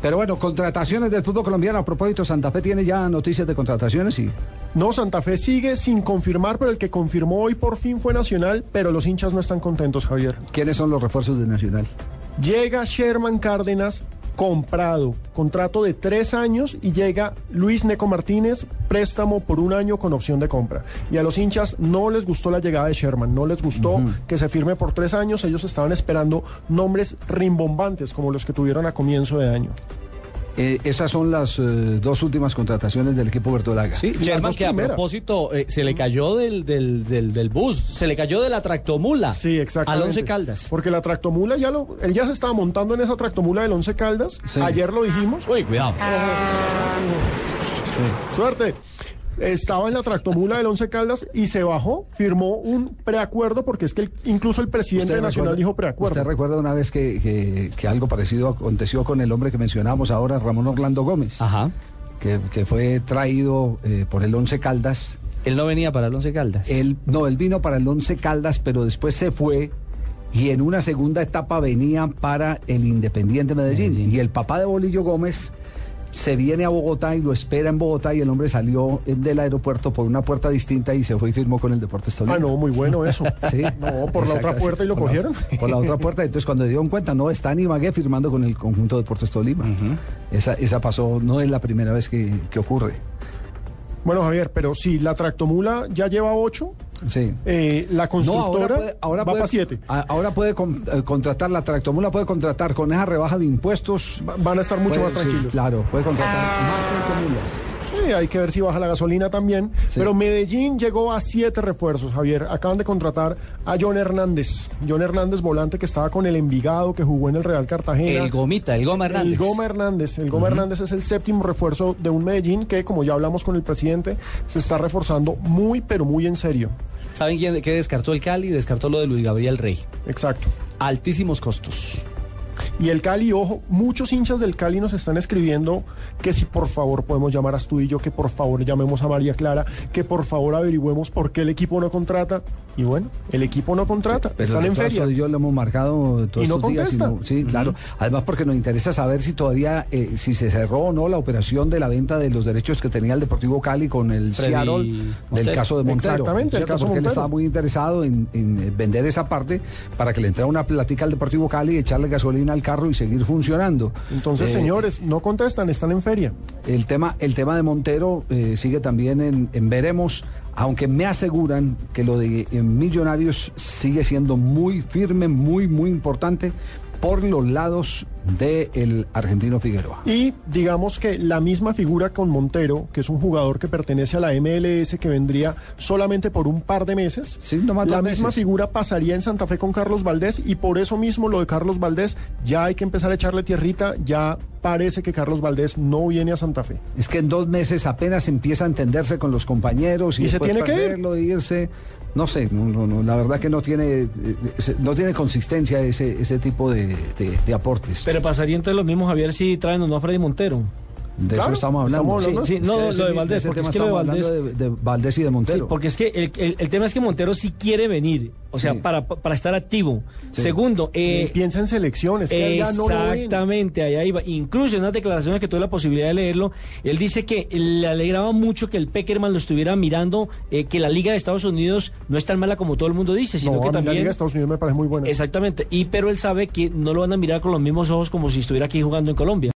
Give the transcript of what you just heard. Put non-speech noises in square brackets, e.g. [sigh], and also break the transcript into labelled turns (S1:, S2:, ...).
S1: Pero bueno, contrataciones del fútbol colombiano. A propósito, Santa Fe tiene ya noticias de contrataciones y
S2: No, Santa Fe sigue sin confirmar, pero el que confirmó hoy por fin fue Nacional, pero los hinchas no están contentos, Javier.
S1: quiénes son los refuerzos de Nacional.
S2: Llega Sherman Cárdenas comprado, contrato de tres años y llega Luis Neco Martínez, préstamo por un año con opción de compra. Y a los hinchas no les gustó la llegada de Sherman, no les gustó que se firme por tres años, ellos estaban esperando nombres rimbombantes como los que tuvieron a comienzo de año.
S1: Eh, esas son las eh, dos últimas contrataciones del equipo Bertolaga.
S3: Sí, Sherman,
S2: dos
S3: que a
S2: primeras.
S3: propósito eh, se le cayó del, del, del, del bus, se le cayó de la tractomula.
S2: Sí, exactamente.
S3: Al Once Caldas.
S2: Porque la tractomula ya lo, él ya se estaba montando en esa tractomula del Once Caldas.
S1: Sí.
S2: Ayer lo dijimos.
S3: Uy, cuidado.
S2: Suerte. Estaba en la tractomula del Once Caldas y se bajó, firmó un preacuerdo, porque es que el- incluso el presidente
S1: ¿Usted recuerda-
S2: nacional dijo
S1: ¿Usted
S2: preacuerdo.
S1: recuerda una vez que, que- que algo parecido aconteció con el hombre que mencionábamos ahora, Ramón Orlando Gómez,
S2: Ah.
S3: Ajá.
S1: que, que fue traído eh, por el Once Caldas?
S3: Él no venía para el Once Caldas.
S1: Él, no, él vino para el Once Caldas, pero después se fue y en una segunda etapa venía para el Independiente Medellín.
S3: Medellín.
S1: Y el papá de Bolillo Gómez se viene a Bogotá y lo espera en Bogotá y el hombre salió eh, del aeropuerto por una puerta distinta y se fue y firmó con el Deportes Tolima.
S2: Ah, no, muy bueno eso.
S1: [laughs] Sí.
S2: [laughs] No, por la
S1: Exacto,
S2: otra
S1: sí.
S2: puerta y lo
S1: Por la-
S2: cogieron.
S1: por la otra puerta. Entonces, cuando dieron cuenta, no, está en Ibagué firmando con el conjunto Deportes Tolima. esa, esa pasó, no es la primera vez que, que ocurre.
S2: [laughs] Bueno, Javier, pero si la tractomula ya lleva ocho,
S1: Sí.
S2: eh, la
S1: No,
S2: constructora
S1: ahora puede, ahora
S2: va
S1: puede-
S2: para siete.
S1: a- ahora puede con- eh, contratar la tractomula, puede contratar con esa rebaja de impuestos.
S2: Va- Van a estar mucho
S1: puede-
S2: más
S1: sí,
S2: tranquilos.
S1: claro, puede contratar más tractomulas.
S2: Sí, hay que ver si baja la gasolina también.
S1: Sí.
S2: Pero Medellín llegó a siete refuerzos, Javier. Acaban de contratar a John Hernández. John Hernández, volante que estaba con el Envigado, que jugó en el Real Cartagena.
S3: El Gomita, el Goma Hernández.
S2: El Goma Hernández. El Goma Hernández es el séptimo refuerzo de un Medellín que, como ya hablamos con el presidente, se está reforzando muy, pero muy en serio.
S3: ¿Saben quién qué descartó el Cali? Descartó lo de Luis Gabriel Rey.
S2: Exacto.
S3: Altísimos costos.
S2: Y el Cali, ojo, muchos hinchas del Cali nos están escribiendo que si por favor podemos llamar a Astudillo, que por favor llamemos a María Clara, que por favor averigüemos por qué el equipo no contrata. Y bueno, el equipo no contrata, están en
S1: doctor
S2: feria.
S1: Astudillo lo hemos marcado todos
S2: Y no
S1: estos días.
S2: contesta.
S1: sí, claro. Además, porque nos interesa saber si todavía, eh, si se cerró o no la operación de la venta de los derechos que tenía el Deportivo Cali con el
S3: Freddy
S1: Seattle del
S3: Montero.
S1: caso de Montero.
S2: Exactamente, el
S1: ¿cierto?
S2: caso
S1: porque él
S2: Montero.
S1: estaba muy interesado en, en, eh, vender esa parte para que le entrara una platica al Deportivo Cali, echarle gasolina al carro y seguir funcionando.
S2: Entonces,
S1: Eh,
S2: señores, no contestan, están en feria.
S1: El tema, el tema de Montero eh, sigue también en, en veremos, aunque me aseguran que lo de eh, Millonarios sigue siendo muy firme, muy, muy importante por los lados del argentino Figueroa.
S2: Y digamos que la misma figura con Montero, que es un jugador que pertenece a la MLS, que vendría solamente por un par de meses,
S1: Sí, nomás
S2: la
S1: dos
S2: misma
S1: meses.
S2: figura pasaría en Santa Fe con Carlos Valdés y por eso mismo lo de Carlos Valdés, ya hay que empezar a echarle tierrita, ya parece que Carlos Valdés no viene a Santa Fe.
S1: Es que en dos meses apenas empieza a entenderse con los compañeros y,
S2: ¿Y se
S1: después
S2: tiene que ir?
S1: perderlo, e irse. No sé, no, no, no, la verdad que no tiene, eh, se- no tiene consistencia ese, ese tipo de, de- de aportes.
S4: Pero pasaría entonces lo mismo, Javier, si traen o no a Freddy Montero.
S1: de
S2: claro,
S1: eso estamos hablando.
S2: estamos hablando.
S4: Sí, sí,
S1: Es
S4: no,
S1: que
S4: lo
S1: ese-
S4: de Valdés,
S1: ese
S4: porque
S1: tema
S4: es que lo de
S1: estamos hablando de, de Valdés y de Montero.
S4: Sí, porque es que el, el- el tema es que Montero sí quiere venir, o sea,
S1: Sí.
S4: para, para estar activo.
S1: Sí.
S4: Segundo,
S2: Y
S4: eh,
S2: piensa en selecciones, que ya no lo ven.
S4: Exactamente, allá iba. Incluso en unas declaraciones que tuve la posibilidad de leerlo, él dice que le alegraba mucho que el Peckerman lo estuviera mirando, eh, que la Liga de Estados Unidos no es tan mala como todo el mundo dice, sino
S2: No,
S4: que
S2: a mí la
S4: también...
S2: Liga de Estados Unidos me parece muy buena.
S4: Exactamente, y pero él sabe que no lo van a mirar con los mismos ojos como si estuviera aquí jugando en Colombia.